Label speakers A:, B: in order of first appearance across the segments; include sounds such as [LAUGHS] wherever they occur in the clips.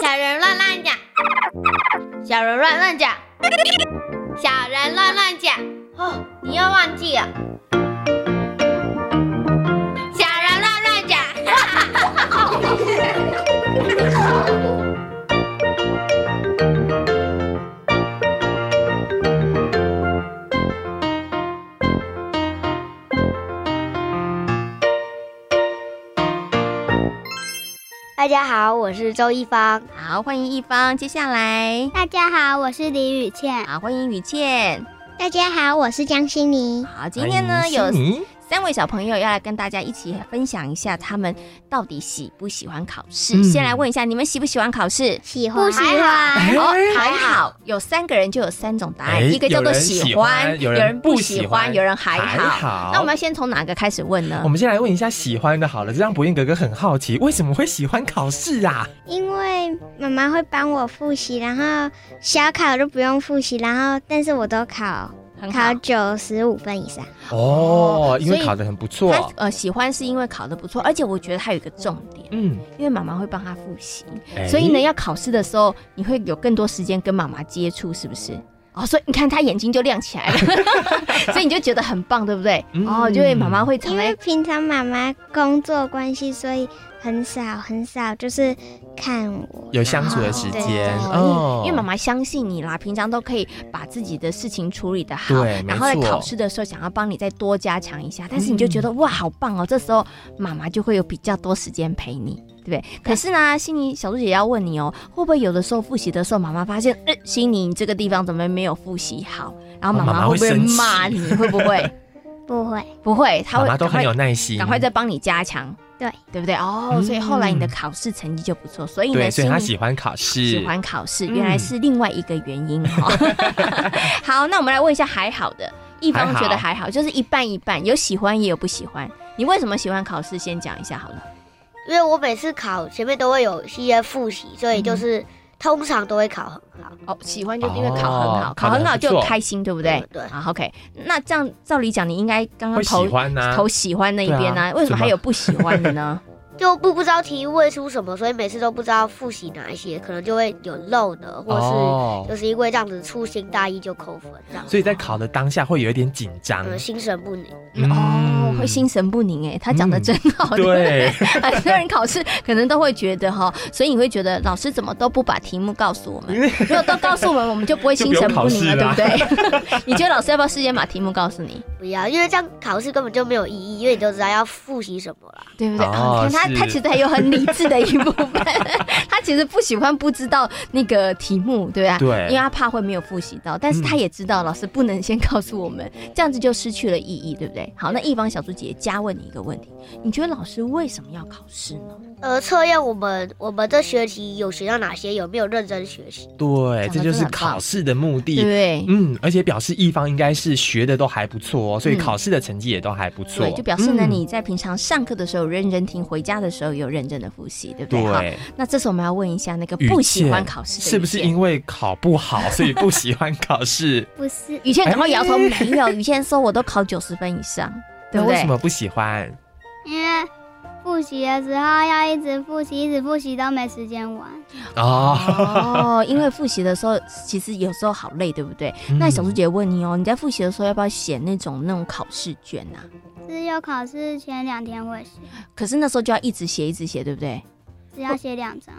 A: 小人乱乱讲，小人乱乱讲，小人乱乱讲。哦，你又忘记了。小人乱乱讲，
B: 大家好，我是周一芳。
C: 好，欢迎一方。接下来，
B: 大家好，我是李雨倩。
C: 好，欢迎雨倩。
B: 大家好，我是江心妮。
C: 好，今天呢
D: 哎
C: 有
D: 悉尼
C: 三位小朋友要来跟大家一起分享一下他们到底喜不喜欢考试。
D: 嗯
C: 先来问一下，你们喜不喜欢考试？
B: 喜欢
A: 不喜欢。
D: 哎
C: 哦，还好，有三个人就有三种答案，
D: 哎
C: 一个叫做
D: 有人
C: 喜
D: 喜
C: 欢，
D: 欢
C: 有
D: 有人
C: 人不
D: 不
C: 喜
D: 喜
C: 欢，
D: 欢
C: 有人还好。
D: 还好
C: 那我们要先从哪个开始问呢
D: 我？们先来问一下喜欢的好了，这让博彦哥哥很好奇，为什么会喜欢考试啊？
B: 因为妈妈会帮我复习，然后小考就不用复习，然后但是我都考
C: 很
B: 考九十五分以上。
C: 哦
D: 哦，因
C: 所
D: 为
C: 以
D: 考得很不
C: 他
D: 错。
C: 呃喜欢是因为考得不错，而且我觉得还有一个重点，
D: 嗯，
C: 因为妈妈会帮他复习，
D: 哎
C: 所以呢，要考试的时候你会有更多时间跟妈妈接触，是不是？哦，所以你看他眼睛就亮起来了， [LAUGHS] 所以你就觉得很棒，对不对？
D: 嗯
C: 哦，就会妈妈会常
B: 因为
C: 来
B: 平常妈妈工作关系，所以很少很少就是看我。
D: 有相处的时间
C: 哦，因为
D: 嗯
C: 因为妈妈相信你啦，平常都可以把自己的事情处理的好，
D: 对没
C: 然后在
D: 错嗯
C: 考试的时候想要帮你再多加强一下，但是你就觉得、哇好棒哦，这时候妈妈就会有比较多时间陪你，对不对？可是呢，心妮小猪姐姐要问你哦，会不会有的时候复习的时候，妈妈发现，哎、心妮你这个地方怎么没有复习好？然后妈
D: 哦妈妈
C: 会不会
D: 会生气
C: 骂你？会不会？
B: 不会，
C: 不会，她
D: 妈
C: 会
D: 妈都
C: 赶快
D: 很有耐心，
C: 赶快再帮你加强，
B: 对
C: 对不对？哦，
D: 嗯
C: 所以后来你的考试成绩就不错，所以呢，
D: 对，所以他
C: 心里
D: 喜欢考试，
C: 喜欢考试，
D: 嗯
C: 原来是另外一个原因
D: [LAUGHS]
C: 哈。好，那我们来问一下还好的，一方
D: 还好
C: 觉得还好，就是一半一半，有喜欢也有不喜欢。你为什么喜欢考试？先讲一下好了。
E: 因为我每次考前面都会有一些复习，所以
D: 嗯
E: 就是、通常都会考很好。
C: 哦，喜欢就因为考很好，考
D: 哦
C: 很好
D: 考得很
C: 就
D: 不错
C: 开心，对不对？
E: 对对
C: 好，OK。那这样照理讲，你应该刚刚
D: 会
C: 投
D: 喜欢啊呐、
C: 投喜欢那一边呢、
D: 对啊
C: 为什么
D: 怎么
C: 还有不喜欢的
D: [LAUGHS]
C: 呢？
E: 就不不知道题目会出什么，所以每次都不知道复习哪一些，可能就会有漏的，或是
D: 哦，
E: 就是因为这样子粗心大意就扣分这样，
D: 所以在考的当下会有一点紧张。
E: 嗯，心神不宁。
C: 哦，会心
D: 嗯
C: 神不宁哎，他讲的真好。
D: 对，
C: 很 [LAUGHS] 多人考试可能都会觉得哈，所以你会觉得老师怎么都不把题目告诉我们？如果都告诉我们，我们就不会心神不宁了，
D: 就不
C: 对不
D: 用
C: 对？你觉得老师要不要事先把题目告诉你？
E: 不要，因为这样考试根本就没有意义，因为你都知道要复习什么啦。
C: 对不对？
D: 哦
C: 啊你看他，
D: 是
C: 他其实还有很理智的一部分，他其实不喜欢不知道那个题目，对吧？
D: [LAUGHS] 对
C: 因为他怕会没有复习到，但是他也知道老师不能先告诉我们，这样子就失去了意义，对不对？好，那一方小猪姐姐加问你一个问题，你觉得老师为什么要考试呢？
E: 呃，测验我们我们这学期有学到哪些，有没有认真学习？
D: 对，
C: 讲得
D: 这就
C: 真的
D: 是
C: 很棒
D: 考试的目的。
C: 对不对？
D: 嗯，而且表示一方应该是学的都还不错哦，所以
C: 嗯
D: 考试的成绩也都还不错。
C: 对，就表示呢，
D: 嗯
C: 你在平常上课的时候有认真听，回家的时候有认真的复习，对不对？好，
D: 对
C: 那这时候我们要问一下那个
D: 雨
C: 不喜欢
D: 倩
C: 考试的
D: 是不是
C: 雨倩
D: 因为考不好，所以不喜欢考试？
B: 不是
C: 雨倩赶快
D: 哎
C: 摇头，没有。雨倩说我都考九十分以上， [LAUGHS] 对
D: 那
C: 不
D: 为什
C: 对？
D: 么不喜欢？
B: 因为复习的时候要一直复习，一直复习都没时间玩。
D: 哦，
C: 哦，因为复习的时候，其实有时候好累，对不对？
D: 嗯
C: 那小猪姐问你哦，你在复习的时候要不要写那种那种考试卷啊？
B: 只有考试前两天会写，
C: 可是那时候就要一直写，一直写，对不对？
B: 只要写两张。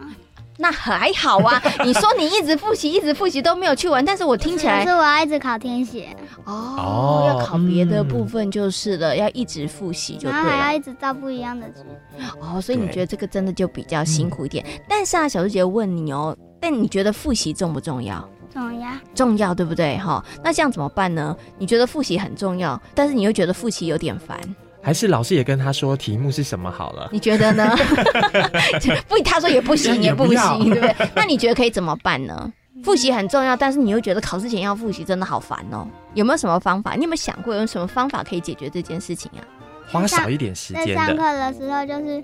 C: 那还好啊，你说你一直复习，一直复习都没有去玩，但是我听起来
B: 可是我要一直考填写，
C: 哦，要考别的
D: 嗯
C: 部分就是了，要一直复习就对
B: 然后还
C: 了
B: 要。一直造不一样的句。
C: 哦，所以你
D: 对
C: 觉得这个真的就比较辛苦一点。但是啊，小猪姐问你哦，但你觉得复习重不重要？
B: 重要，
C: 重要，对不对？哈、那这样怎么办呢？你觉得复习很重要，但是你又觉得复习有点烦，
D: 还是老师也跟他说题目是什么好了。
C: 你觉得呢？不，他说也不行，也
D: 也
C: 不
D: 不要
C: 行，对不对？那你觉得可以怎么办呢？复习很重要，但是你又觉得考试前要复习真的好烦哦。有没有什么方法？你有没有想过有什么方法可以解决这件事情啊？
D: 花少一点时
B: 在
D: 间
B: 上
D: 的，
B: 课的时候就是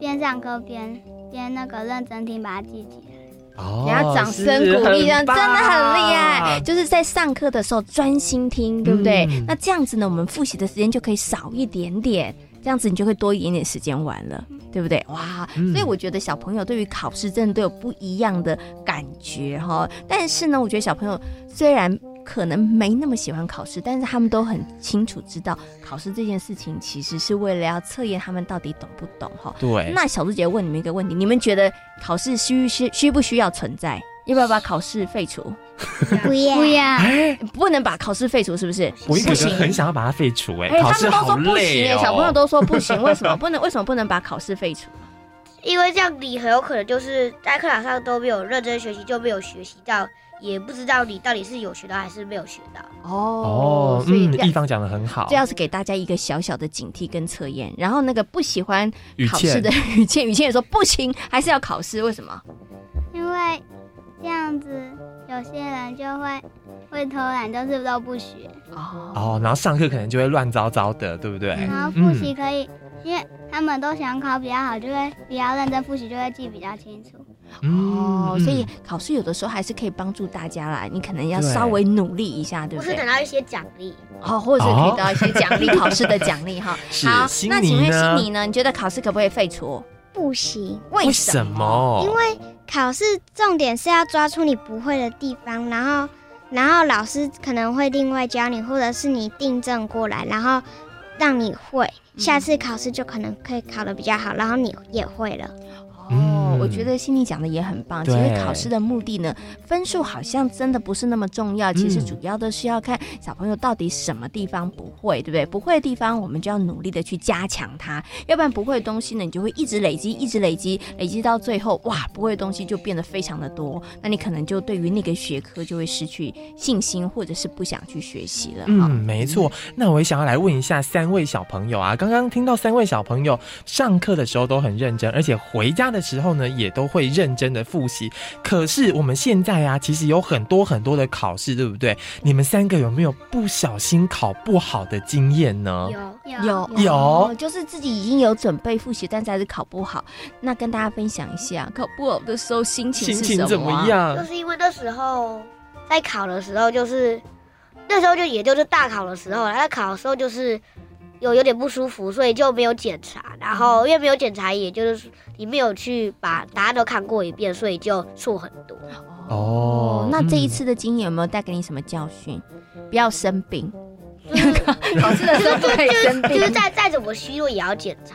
B: 边上课边边那个认真听，把它记起来。
D: 哦
C: 你要掌声鼓励，这样真的很厉害。。
D: 是
C: 就是在上课的时候专心听，对不对？
D: 嗯
C: 那这样子呢，我们复习的时间就可以少一点点。这样子你就会多一点点时间玩了，对不对？哇，
D: 嗯
C: 所以我觉得小朋友对于考试真的都有不一样的感觉哈。但是呢，我觉得小朋友虽然可能没那么喜欢考试，但是他们都很清楚知道考试这件事情其实是为了要测验他们到底懂不懂哈。
D: 对，
C: 那小猪姐问你们一个问题：你们觉得考试需需需不需要存在？要不要把考试废除？
B: 不要，
A: 要，
D: 哎，
C: 不能把考试废除，是不是？
D: 博英哥
C: 不
D: 哥
C: 行
D: 很想要把它废除，哎，
C: 哎、
D: 考
C: 他
D: 试
C: 们都
D: 好
C: 说不
D: 累
C: 行哎、
D: 哦，
C: 小朋友都说不行，为什么不能？为什么不能把考试废除？
E: 因为这样你很有可能就是在课堂上都没有认真学习，就没有学习到，也不知道你到底是有学到还是没有学到。
C: 哦
D: 哦，，
C: 所以
D: 嗯
C: 这，
D: 一
C: 样
D: 方讲的很好
C: 这，要是给大家一个小小的警惕跟测验。然后那个不喜欢
D: 雨
C: 考试
D: 倩
C: 的 [LAUGHS] 雨倩，雨倩也说不行，还是要考试，为什么？
B: 因为这样子有些人就会会偷懒，就是都不学，
C: 哦，
D: 哦，然后上课可能就会乱糟糟的，对不对？
C: 嗯
B: 然后复习可以，因为他们都想考比较好，就会比较认真复习，就会记比较清楚。
C: 哦，
D: 嗯
C: 所以考试有的时候还是可以帮助大家啦。你可能要
D: 对
C: 稍微努力一下，对不
E: 不是
C: 嗯对
E: 等？到一些奖励，
C: 哦，或者是可以得到一些奖
D: [LAUGHS]
C: 励，考试的奖励哈。
D: 哦是
C: 好，
D: 心
C: 那
D: 仪
C: 请问
D: 呢
C: 悉尼呢？你觉得考试可不可以废除？
B: 不行，
C: 为
D: 为
C: 什
D: 什
C: 么？
D: 么？
B: 因为考试重点是要抓出你不会的地方，然后然后老师可能会另外教你，或者是你订正过来，然后让你会，下次考试就可能可以考得比较好，然后你也会了。
C: 哦
D: 嗯，
C: 我觉得心里讲的也很棒。其实
D: 对
C: 考试的目的呢，分数好像真的不是那么重要，其实
D: 嗯
C: 主要的是要看小朋友到底什么地方不会，对不对？不会的地方，我们就要努力的去加强它，要不然不会的东西呢，你就会一直累积，一直累积，累积到最后，哇，不会的东西就变得非常的多，那你可能就对于那个学科就会失去信心，或者是不想去学习了。哈
D: 嗯，没错。那我也想要来问一下三位小朋友啊，刚刚听到三位小朋友上课的时候都很认真，而且回家的时候呢也都会认真的复习。可是我们现在啊，其实有很多很多的考试，对不对？你们三个有没有不小心考不好的经验呢？
E: 有
C: 有哦
D: 有
C: 就是自己已经有准备复习，但是还是考不好。那跟大家分享一下，考不好的时候心情
D: 心
C: 是
D: 情
C: 什
D: 怎
C: 么啊
D: 么？样
E: 就？是因为那时候在考的时候，就是那时候就也就是大考的时候啦，那考的时候就是有有点不舒服，所以就没有检查。然后因为没有检查，也就是你没有去把答案都看过一遍，所以就错很多。
D: 哦
C: 那这一
D: 嗯
C: 次的经验有没有带给你什么教训？不要生病，
D: 嗯
E: 就是
C: 考试的时候不可以生
D: [LAUGHS]
E: 就
C: 病哦
E: 是再再怎么虚弱也要检查。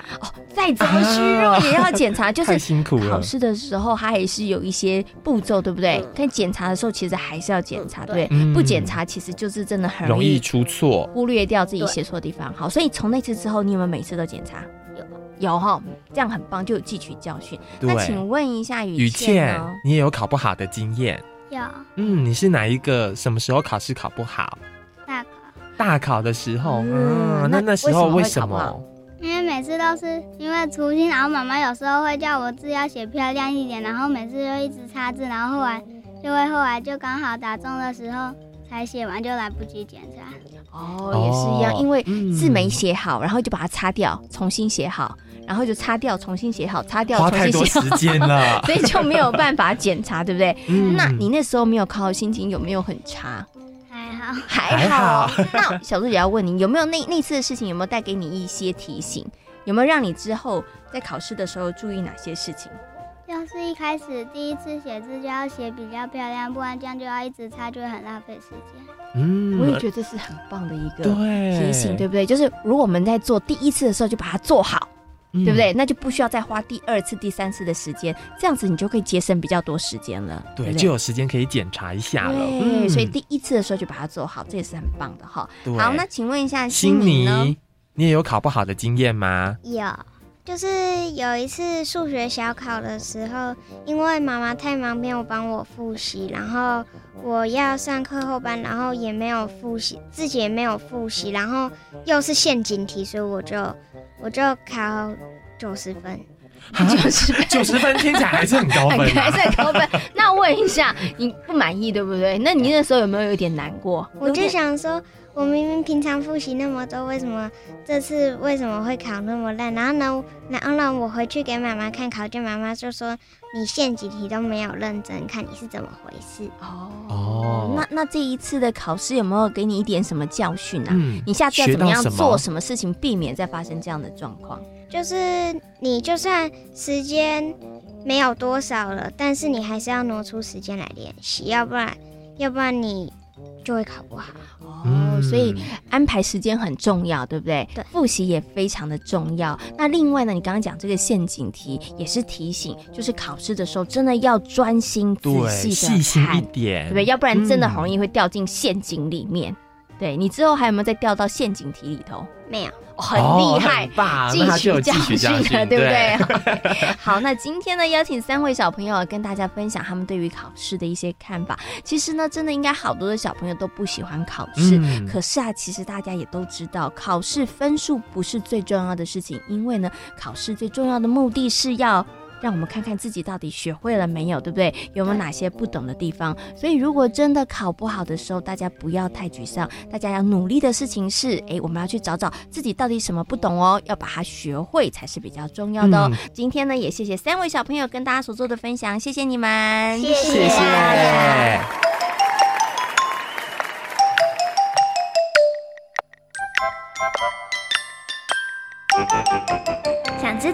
C: 再怎么虚弱也要检
D: [LAUGHS]
C: 查，就
D: 太
C: 是。
D: 辛苦
C: 考
D: 了。
C: 试的时候，它也是有一些步骤，对不对
E: 嗯？
C: 但检查的时候，其实还是要检查，对
E: 嗯
C: 不对，
D: 对
C: 不
D: 嗯
C: 检查其实就是真的很
D: 容
C: 容
D: 易
C: 易
D: 出错，
C: 忽略掉自己
E: 对
C: 写错的地方。好，所以从那次之后，你有没有每次都检查？
E: 有
C: 有哈，这样很棒，就有汲取教训。
D: 对
C: 那。请问一下雨
D: 雨
C: 倩
D: 倩
C: 呢？，
D: 你也有考不好的经验？
B: 有
D: 嗯，你是哪一个？什么时候考试考不好？
B: 大考，
D: 大考的时候，
C: 嗯
D: 嗯，那
C: 那
D: 那时候
C: 为
D: 为
C: 什
D: 什
C: 么会考
D: 么？
B: 因为每次都是因为粗心，然后妈妈有时候会叫我字要写漂亮一点，然后每次就一直擦字，然后后来就会后来就刚好打中的时候才写完，就来不及检查。
C: 哦，也是一样，
D: 哦
C: 因为
D: 嗯
C: 字没写好，然后就把它擦掉，重新写好，然后就擦掉，重新写好，擦掉，
D: 花
C: 重
D: 太多
C: 新写
D: 时
C: 好，
D: 间
C: [LAUGHS]
D: 了。
C: 所以就没有办法检查，对不对？
D: [LAUGHS] 嗯
C: 那你那时候没有考，心情有没有很差？
B: 还好，
C: 还好。
D: 好
C: 那小助也要问你，有没有那那次的事情，有没有带给你一些提醒？有没有让你之后在考试的时候注意哪些事情？
B: 就是一开始第一次写字就要写比较漂亮，不然这样就要一直擦，就会很浪费时间。
D: 嗯
C: 我也觉得这是很棒的一个
D: 对
C: 提醒，对不对？就是如果我们在做第一次的时候就把它做好，
D: 嗯
C: 对不对？那就不需要再花第二次、第三次的时间，这样子你就可以节省比较多时间了，对
D: 对，
C: 不
D: 就
C: 对？
D: 有时间可以检查一下了。嗯
C: 对，所以第一次的时候就把它做好，这也是很棒的哈。
D: 对
C: 好，那请问一下
D: 心
C: 心仪呢？
D: 仪，你也有考不好的经验吗？
B: 有，就是有一次数学小考的时候，因为妈妈太忙没有帮我复习，然后我要上课后班，然后也没有复习，自己也没有复习，然后又是陷阱题，所以我就我就考九十分。
D: 啊
C: [LAUGHS] 就是
D: 九十分听起来还是很高分、
C: [LAUGHS] 很开
D: 啊，
C: 心很
D: [LAUGHS]
C: 高分。那问一下，你不满意对不对？那你那时候有没有有点难过？
B: 我就想说，我明明平常复习那么多，为什么这次为什么会考那么烂？然后呢，然后呢，我回去给妈妈看考卷，妈妈就说你现几题都没有认真看，你是怎么回事？
C: 哦
D: 哦
C: 那那这一次的考试有没有给你一点什么教训啊？
D: 嗯，
C: 你下次要怎么样
D: 学到什么
C: 做什么事情，避免再发生这样的状况？
B: 就是你就算时间没有多少了，但是你还是要挪出时间来练习，要不然要不然你就会考不好。
C: 哦，
D: 嗯
C: 所以安排时间很重要，对不对？
B: 对
C: 复习也非常的重要。那另外呢，你刚刚讲这个陷阱题也是提醒，就是考试的时候真的要专心仔
D: 对，
C: 细
D: 细
C: 的
D: 心一
C: 看，
D: 点，嗯
C: 对不对？要不然真的很容
D: 易。
C: 易会掉进陷阱里面。对你之后还有没有再掉到陷阱题里头？
B: 没有，
C: 哦很
D: 哦
C: 厉害，
D: 很棒
C: 汲
D: 那他
C: 取
D: 就有
C: 教
D: 汲取教
C: 训了，
D: 训
C: 对不对
D: 对？
C: [LAUGHS] 好，那今天呢，邀请三位小朋友跟大家分享他们对于考试的一些看法。其实呢，真的应该好多的小朋友都不喜欢考试。
D: 嗯
C: 可是啊，其实大家也都知道，考试分数不是最重要的事情，因为呢，考试最重要的目的是要让我们看看自己到底学会了没有，对不对？有没有哪些不懂的地方？所以，如果真的考不好的时候，大家不要太沮丧，大家要努力的事情是，诶，我们要去找找自己到底什么不懂哦，要把它学会才是比较重要的哦。
D: 嗯
C: 今天呢，也谢谢三位小朋友跟大家所做的分享，谢谢你们，
E: 谢谢
D: 谢谢。
F: 想知